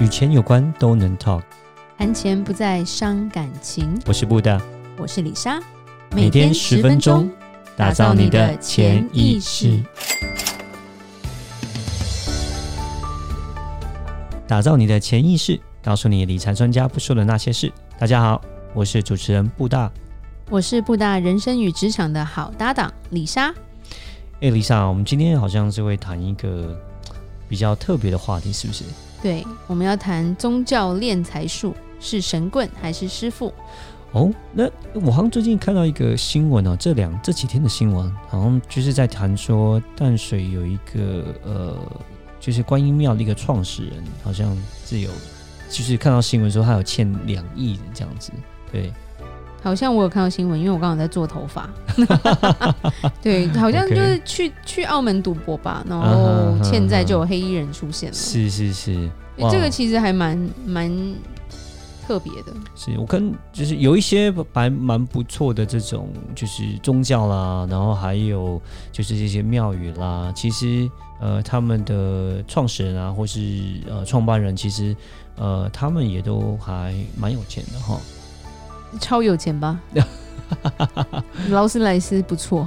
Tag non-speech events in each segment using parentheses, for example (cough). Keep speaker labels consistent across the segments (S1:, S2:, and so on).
S1: 与钱有关都能 talk。
S2: 谈钱不再伤感情。
S1: 我是布大，
S2: 我是李莎，
S1: 每天十分钟，打造你的潜意识，打造你的潜意识，告诉你理财专家不说的那些事。大家好，我是主持人布大。
S2: 我是布大人生与职场的好搭档李莎。
S1: 哎、丽莎，我们今天好像是会谈一个比较特别的话题，是不是？
S2: 对，我们要谈宗教敛财术是神棍还是师傅？
S1: 哦，那我好像最近看到一个新闻哦，这两这几天的新闻好像就是在谈说淡水有一个呃，就是观音庙的一个创始人，好像是有，就是看到新闻说他有欠两亿这样子。对，
S2: 好像我有看到新闻，因为我刚好在做头发。 (laughs) 对，好像就是去去澳门赌博吧，然后
S1: 啊哈
S2: 现在就有黑衣人出现了。
S1: 是是是，
S2: 欸这个其实还蛮蛮特别的。
S1: 是我跟就是有一些还蛮不错的这种，就是宗教啦，然后还有就是这些庙宇啦，其实呃他们的创始人啊，或是呃创办人，其实呃他们也都还蛮有钱的哈。
S2: 超有
S1: (laughs)
S2: 钱吧？劳斯莱斯不错，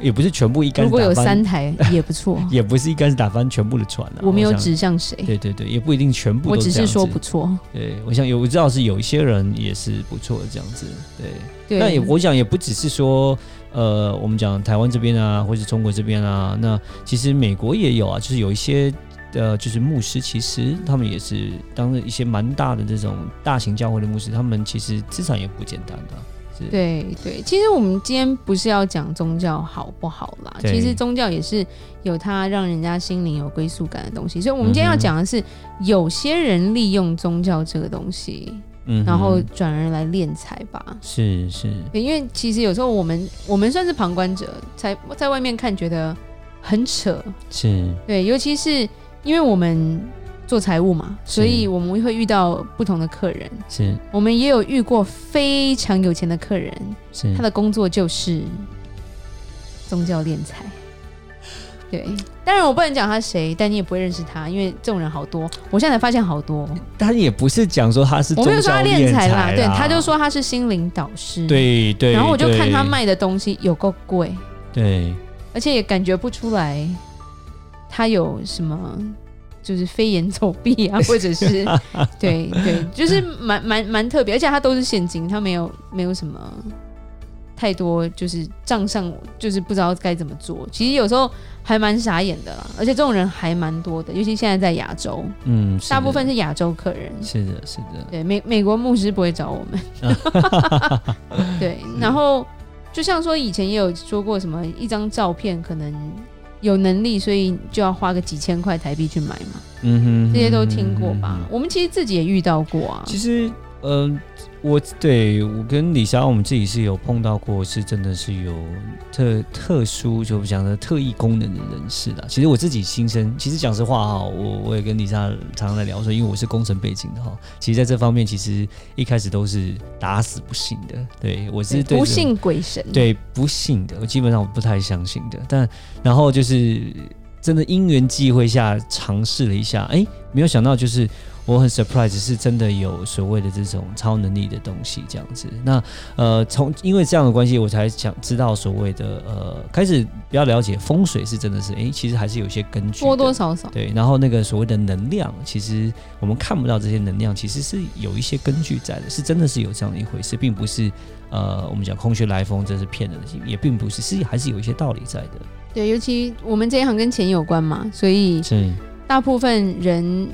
S1: 也不是全部一竿子
S2: 如果有
S1: 打翻
S2: 三，台也不错。
S1: 也不是一竿子打翻全部的船啊。
S2: (laughs) 我没有
S1: 想，
S2: 指向谁，
S1: 对对对，也不一定全部
S2: 我
S1: 都
S2: 只
S1: 这
S2: 是
S1: 样子。
S2: 说不错。
S1: 对，我想有我知道是有一些人也是不错的这样子，对。
S2: 对，
S1: 那也我想也不只是说，呃，我们讲台湾这边啊，或是中国这边啊，那其实美国也有啊，就是有一些呃，就是牧师，其实他们也是当一些蛮大的这种大型教会的牧师，他们其实资产也不简单的啊、是，
S2: 对对，其实我们今天不是要讲宗教好不好啦，
S1: 对
S2: 其实宗教也是有它让人家心灵有归属感的东西。所以，我们今天要讲的是，有些人利用宗教这个东西，
S1: 嗯哼
S2: 然后转而来敛财吧。
S1: 是是，
S2: 对，因为其实有时候我们我们算是旁观者，在在外面看觉得很扯，
S1: 是
S2: 对，尤其是因为我们做财务嘛，
S1: 是
S2: 所以我们会遇到不同的客人。
S1: 是
S2: 我们也有遇过非常有钱的客人，
S1: 是
S2: 他，的工作就是宗教敛财。对，当然我不能讲他谁，但你也不会认识他，因为这种人好多。我现在才发现好多，
S1: 他也不是讲说他是
S2: 我
S1: 宗
S2: 没
S1: 教
S2: 有说他
S1: 敛
S2: 敛财啦
S1: 啦，，
S2: 对，他就说他是心灵导师。，
S1: 对对，
S2: 然后我就看他
S1: 对，
S2: 卖的东西有够贵，
S1: 对
S2: 而且也感觉不出来他有什么就是飞檐走壁啊，或者是对对，就是蛮蛮蛮特别，而且他都是现金，他没有没有什么太多，就是账上就是不知道该怎么做。其实有时候还蛮傻眼的啦，而且这种人还蛮多的，尤其现在在亚洲，
S1: 嗯，是
S2: 大部
S1: 的
S2: 分是亚洲客人。
S1: 是的，是的，
S2: 对，美美国牧师不会找我们。
S1: (laughs)
S2: 对，然后就像说以前也有说过什么，一张照片可能有能力，所以就要花个几千块台币去买嘛，
S1: 嗯哼，
S2: 这些都听过吧？
S1: 嗯哼
S2: 我们其实自己也遇到过啊。
S1: 其实，嗯、我对我跟李莎，我们自己是有碰到过，是真的是有特特殊，就我们讲的特异功能的人士啦。其实我自己亲身，其实讲实话哈，我我也跟李莎常常在聊说，因为我是工程背景的哈，其实在这方面，其实一开始都是打死不信的。对我是对
S2: 不
S1: 这种
S2: 信鬼神，，
S1: 对不信的，我基本上我不太相信的。但然后就是真的因缘际会下尝试了一下，哎，没有想到就是我很 surprise，是真的有所谓的这种超能力的东西这样子。那呃，从因为这样的关系，我才想知道所谓的呃，开始比较了解风水是真的是哎，其实还是有一些根据的
S2: 多多少少。
S1: 对，然后那个所谓的能量，其实我们看不到这些能量，其实是有一些根据在的，是真的是有这样的一回事，并不是呃，我们讲空穴来风，这是呃骗人的，也并不是，是还是有一些道理在的。
S2: 对，尤其我们这一行跟钱有关嘛，所以
S1: 是，
S2: 大部分人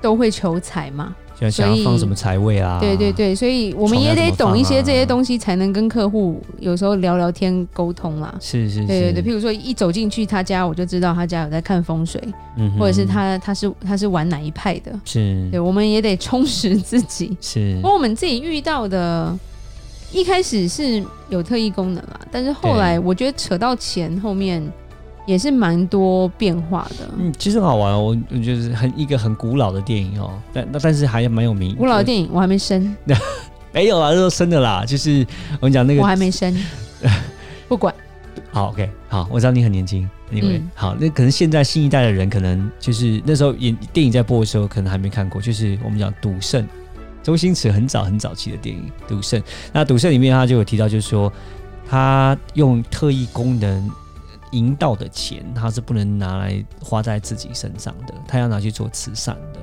S2: 都会求财嘛。
S1: 像想
S2: 所以
S1: 要放什么财位啊？
S2: 对对，对，所以我们
S1: 床
S2: 也
S1: 要
S2: 得
S1: 怎么
S2: 懂
S1: 放
S2: 一些这些
S1: 啊
S2: 东西，才能跟客户有时候聊聊天、沟通啦。
S1: 是是是，
S2: 对对对，譬如说一走进去他家，我就知道他家有在看风水，
S1: 嗯哼
S2: 或者是他他是他是玩哪一派的。
S1: 是
S2: 对，我们也得充实自己。
S1: 是
S2: 不过我们自己遇到的，一开始是有特异功能啦，但是后来我觉得扯到钱后面也是蛮多变化的。
S1: 嗯，其实很好玩哦，我我就是很一个很古老的电影哦，但那但是还蛮有名，
S2: 古老的电影我还没生，
S1: 没有啊，这都真的啦，就是我们讲那个
S2: 我还没生，不管
S1: 好，OK，好，我知道你很年轻，Anyway，、
S2: 嗯
S1: 好，那可能现在新一代的人，可能就是那时候演电影在播的时候，可能还没看过，就是我们讲《赌圣》，周星驰很早很早期的电影《赌圣》。那《赌圣》里面他就有提到，就是说他用特异功能赢到的钱，他是不能拿来花在自己身上的，他要拿去做慈善的，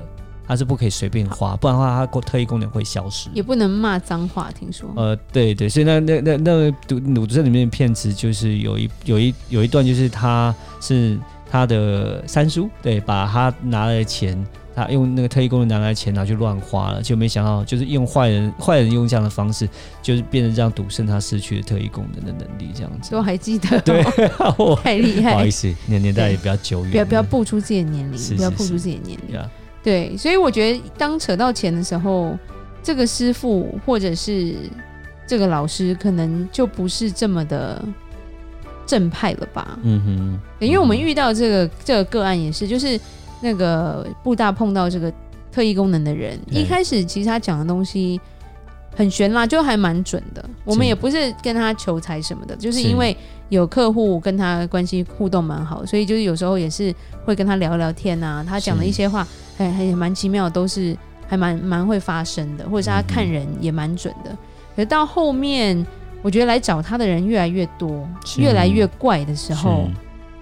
S1: 他是不可以随便花，不然的话，他特异功能会消失。
S2: 也不能骂脏话，听说。
S1: 呃，对对，所以那那那那赌赌这里面的片子就是有一有一有一段就是他是他的三叔，对，把他拿来的钱，他用那个特异功能拿来的钱拿去乱花了，就没想到就是用坏人坏人用这样的方式，就是变成让赌圣他失去了特异功能的能力这样子。
S2: 都还记得、
S1: 对， (laughs) 我
S2: 太厉
S1: 不好
S2: 害
S1: 意！思，那年代也比较久远，
S2: 不要不要步出自己的年龄，
S1: 是
S2: 不要
S1: 是
S2: 步出
S1: 是
S2: 自己的年龄。
S1: 呀
S2: 对，所以我觉得当扯到钱的时候，这个师傅或者是这个老师，可能就不是这么的正派了吧？
S1: 嗯哼，
S2: 对欸因为我们遇到这个这个个案也是，就是那个布大碰到这个特异功能的人，
S1: 对
S2: 一开始其实他讲的东西很悬啦，就还蛮准的。我们
S1: 是
S2: 也不是跟他求财什么的，就是
S1: 是
S2: 因为有客户跟他关系互动蛮好，所以就是有时候也是会跟他聊聊天啊，他讲的
S1: 是
S2: 一些话还还蛮奇妙的，都是还蛮蛮会发生的，或者是他
S1: 嗯哼
S2: 看人也蛮准的。可是到后面，我觉得来找他的人越来越多，
S1: 是
S2: 越来越怪的时
S1: 是
S2: 候。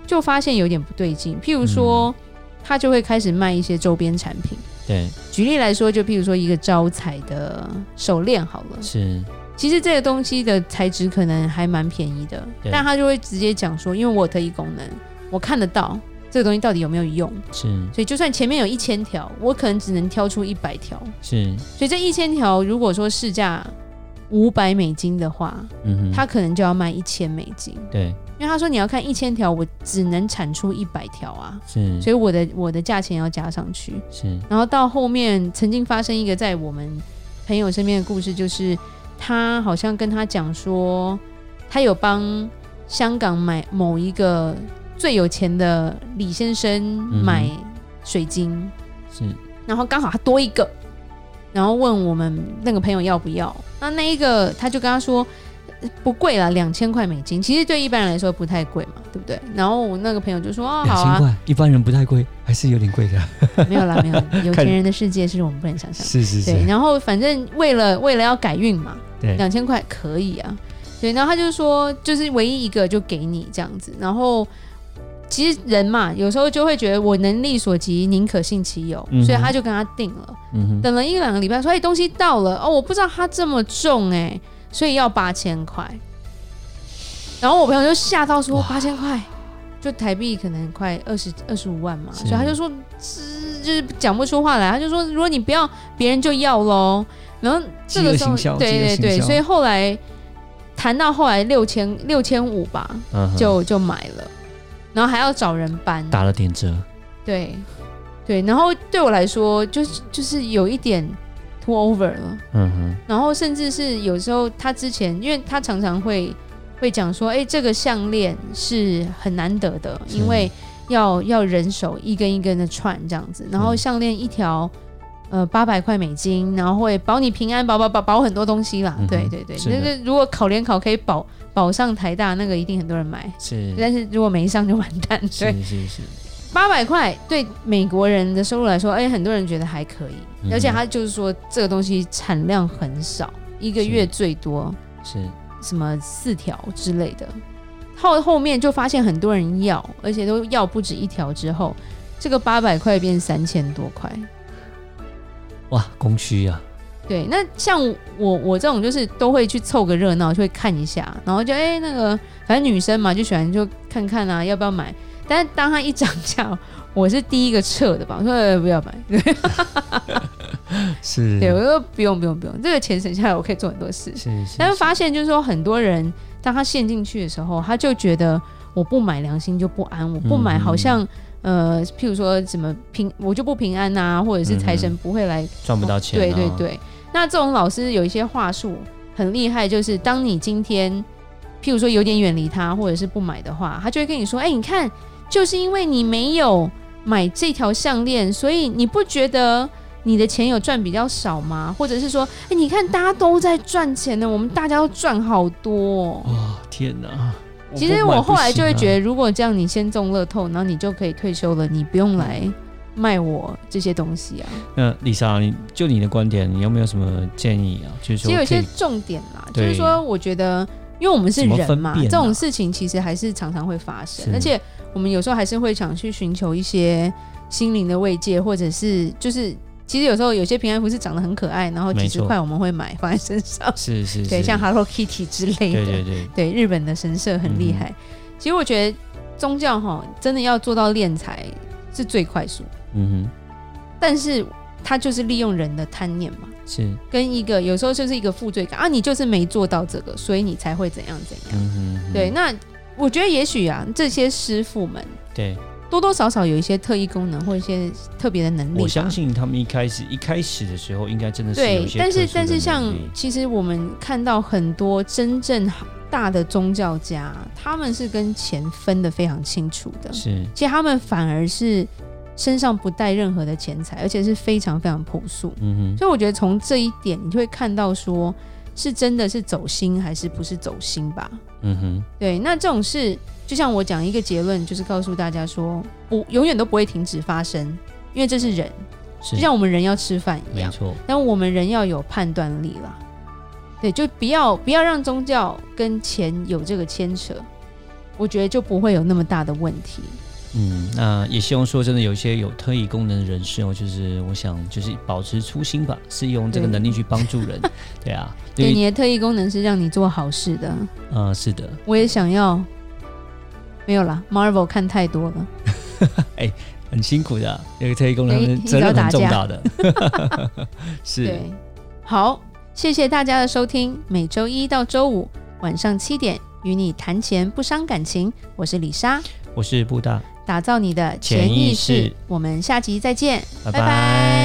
S2: 就发现有点不对劲。譬如
S1: 嗯
S2: 说，他就会开始卖一些周边产品。
S1: 对
S2: 举例来说，就譬如说一个招财的手链好了，
S1: 是
S2: 其实这个东西的材质可能还蛮便宜的，
S1: 对
S2: 但他就会直接讲说，因为我有特异功能，我看得到这个东西到底有没有用，
S1: 是
S2: 所以就算前面有一千条，我可能只能挑出一百条，
S1: 是，
S2: 所以这一千条如果说市价五百美金的话，
S1: 嗯哼，
S2: 他可能就要卖一千美金，
S1: 对
S2: 因为他说你要看一千条，我只能产出一百条啊，
S1: 是
S2: 所以我的我的价钱要加上去。
S1: 是
S2: 然后到后面曾经发生一个在我们朋友身边的故事，就是他好像跟他讲说，他有帮香港买某一个最有钱的李先生
S1: 哼
S2: 买水晶，
S1: 是
S2: 然后刚好他多一个，然后问我们那个朋友要不要。那那一个他就跟他说呃不贵啦，两千块美金，其实对一般人来说不太贵嘛，对不对？然后我那个朋友就说哦，
S1: 两
S2: 好
S1: 千
S2: 啊，
S1: 块，一般人不太贵，还是有点贵
S2: (laughs)
S1: 的。
S2: 没有啦，
S1: (laughs)
S2: 没有啦，有钱人的世界是我们不能想象的。
S1: 是是
S2: 对，，然后反正为了为了要改运嘛，
S1: 对，
S2: 两千块可以啊。对，然后他就说，就是唯一一个就给你这样子。然后其实人嘛，有时候就会觉得我能力所及，宁可信其有，
S1: 嗯哼
S2: 所以他就跟他定了。
S1: 嗯哼，
S2: 等了一两个礼拜，说哎东西到了哦，我不知道它这么重哎、所以要八千块。然后我朋友就吓到说
S1: 哇
S2: 八千块，就台币可能快二十二十五万嘛，
S1: 是
S2: 所以他就说吱就是讲不出话来，他就说如果你不要，别人就要喽。然后这个时
S1: 饥
S2: 候
S1: 饿行销饥饿
S2: 对对
S1: 行
S2: 对，
S1: 销
S2: 所以后来谈到后来六千六千五吧，
S1: 嗯哼
S2: 就就买了，然后还要找人搬，
S1: 打了点折，
S2: 对，对，然后对我来说，就是就是有一点 too over 了。
S1: 嗯哼，
S2: 然后甚至是有时候他之前，因为他常常会会讲说，哎、这个项链是很难得的，
S1: 是
S2: 因为要要人手一根一根的串这样子，然后
S1: 嗯
S2: 项链一条。呃，八百块美金，然后会保你平安，保保保保很多东西啦。
S1: 嗯哼
S2: 对对对，
S1: 是的
S2: 那个如果考联考可以保保上台大，那个一定很多人买。
S1: 是
S2: 但是如果没上就完蛋。对，
S1: 是是是，
S2: 八百块对美国人的收入来说，哎、很多人觉得还可以，
S1: 嗯
S2: 而且他就是说这个东西产量很少，一个月最多
S1: 是
S2: 什么四条之类的。后后面就发现很多人要，而且都要不止一条之后，这个八百块变三千多块。
S1: 哇，供需啊，
S2: 对，那像我我这种就是都会去凑个热闹，就会看一下，然后就哎、那个，反正女生嘛就喜欢就看看啊，要不要买？但是当它一涨价，我是第一个撤的吧，我说、呃不要买。
S1: 是
S2: 对，我说不用不用不用，这个钱省下来我可以做很多事。
S1: 是是，
S2: 但是发现就是说，很多人当他陷进去的时候，他就觉得我不买良心就不安，我不买
S1: 嗯
S2: 好像、呃，譬如说怎么平我就不平安呐、或者是
S1: 嗯
S2: 财神不会来，
S1: 赚不到钱，啊
S2: 对对，对。那这种老师有一些话术很厉害，就是当你今天譬如说有点远离他，或者是不买的话，他就会跟你说：“哎、你看，就是因为你没有买这条项链，所以你不觉得你的钱有赚比较少吗？或者是说，哎、你看大家都在赚钱呢，我们大家都赚好多哦、
S1: 哇，天哪，哦不
S2: 其实
S1: 买不
S2: 我后来就会
S1: 行啊
S2: 觉得，如果这样你先中乐透，然后你就可以退休了，你不用来卖我这些东西啊。
S1: 那丽莎，你就你的观点，你有没有什么建议啊？就是
S2: 其
S1: 说
S2: 实有
S1: 可
S2: 一
S1: 以，
S2: 些重点啦，就是
S1: 对
S2: 说，我觉得，因为我们是
S1: 怎么
S2: 人嘛，
S1: 分辨啊
S2: 这种事情其实还是常常会发生，
S1: 是
S2: 而且我们有时候还是会想去寻求一些心灵的慰藉，或者是就是，其实有时候有些平安符是长得很可爱，然后几
S1: 没
S2: 十
S1: 错
S2: 块我们会买放在身上，
S1: 是是是，
S2: 对，像 Hello Kitty 之类
S1: 对
S2: 的，
S1: 嗯对对，
S2: (laughs) 对日本的神社很厉害。其实我觉得宗教哈，真的要做到敛财是最快速，
S1: 嗯
S2: 但是它就是利用人的贪念嘛。
S1: 哼，是，
S2: 跟一个有时候就是一个负罪感啊，你就是没做到这个，所以你才会怎样怎样。
S1: 嗯哼哼，
S2: 对，那我觉得也许啊，这些师傅们
S1: 对，
S2: 多多少少有一些特异功能或一些特别的能力。
S1: 我相。信他们一开始一开始的时候，应该真的是有
S2: 对
S1: 一，些
S2: 但
S1: 特
S2: 是
S1: 殊的
S2: 但是像
S1: 能力
S2: 其实我们看到很多真正大的宗教家，他们是跟钱分得非常清楚的，
S1: 是
S2: 其实他们反而是身上不带任何的钱财，而且是非常非常朴素。
S1: 嗯哼，
S2: 所以我觉得从这一点，你就会看到说，是真的是走心还是不是走心吧？
S1: 嗯哼，
S2: 对，那这种事，就像我讲一个结论，就是告诉大家说，不永远都不会停止发生，因为这是人，
S1: 是
S2: 就像我们人要吃饭一
S1: 没
S2: 样，
S1: 错，
S2: 但我们人要有判断力啦。对，就不要不要让宗教跟钱有这个牵扯，我觉得就不会有那么大的问题。
S1: 嗯，那也希望说真的，有一些有特异功能的人士哦，就是我想就是保持初心吧，是用这个
S2: 对
S1: 能力去帮助
S2: (laughs)
S1: 人，对啊，
S2: 对，
S1: 对于，
S2: 你的特异功能是让你做好事的，
S1: 呃，是的，
S2: 我也想要。没有啦，Marvel 看太多了。
S1: 很辛苦的啊，那个特异功能
S2: 对
S1: 是
S2: 一
S1: 责
S2: 直
S1: 任
S2: 要
S1: 很
S2: 打
S1: 重
S2: 架
S1: 大的，
S2: (laughs)
S1: (laughs) 是，
S2: 对，好，谢谢大家的收听。每周一到周五晚上七点，与你谈钱不伤感情。我是李莎，
S1: 我是布大，
S2: 打造你的
S1: 潜
S2: 潜
S1: 意
S2: 意
S1: 识
S2: 识。我们下集再见，
S1: 拜拜